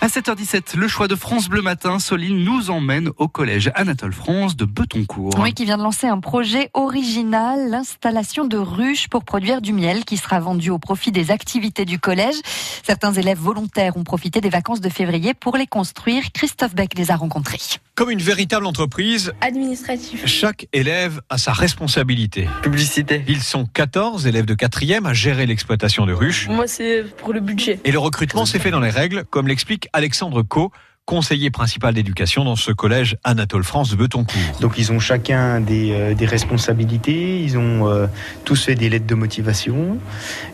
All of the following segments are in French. À 7h17, le choix de France Bleu Matin, Soline nous emmène au collège Anatole France de Betoncourt. Oui, qui vient de lancer un projet original, l'installation de ruches pour produire du miel qui sera vendu au profit des activités du collège. Certains élèves volontaires ont profité des vacances de février pour les construire. Christophe Beck les a rencontrés. Comme une véritable entreprise, Administratif. chaque élève a sa responsabilité. Publicité. Ils sont 14 élèves de 4e à gérer l'exploitation de ruches. Moi, c'est pour le budget. Et le recrutement s'est fait dans les règles, comme l'explique Alexandre Co, conseiller principal d'éducation dans ce collège Anatole France de Betoncourt. Donc ils ont chacun des, euh, des responsabilités, ils ont euh, tous fait des lettres de motivation,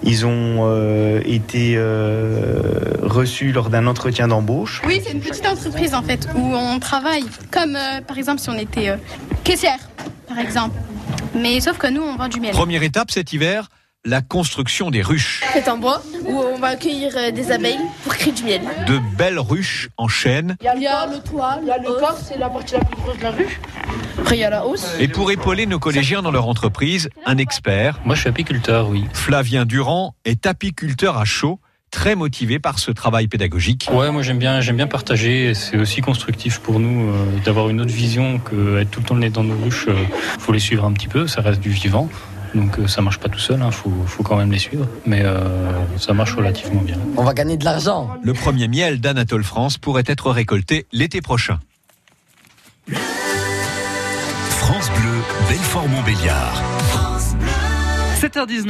ils ont euh, été euh, reçus lors d'un entretien d'embauche. Oui, c'est une petite entreprise en fait où on travaille comme euh, par exemple si on était euh, caissière par exemple. Mais sauf que nous on vend du miel. Première étape cet hiver, la construction des ruches. C'est en bois où on va accueillir euh, des abeilles pour créer du miel. De belles ruches en chêne. Il y a le toit, il y a le corps, c'est la partie la plus grosse de la ruche. Après, il y a la hausse. Et pour épauler nos collégiens dans leur entreprise, un expert, Moi, je suis apiculteur, oui. Flavien Durand, est apiculteur à chaud, très motivé par ce travail pédagogique. Ouais, moi j'aime bien, j'aime bien partager. C'est aussi constructif pour nous euh, d'avoir une autre vision que être tout le temps le nez dans nos ruches. euh, faut les suivre un petit peu, ça reste du vivant. Donc euh, ça marche pas tout seul, hein, faut, faut quand même les suivre. Mais euh, ça marche relativement bien. On va gagner de l'argent. Le premier miel d'Anatole France pourrait être récolté l'été prochain. France Bleu, Belfort-Montbéliard. 7h19.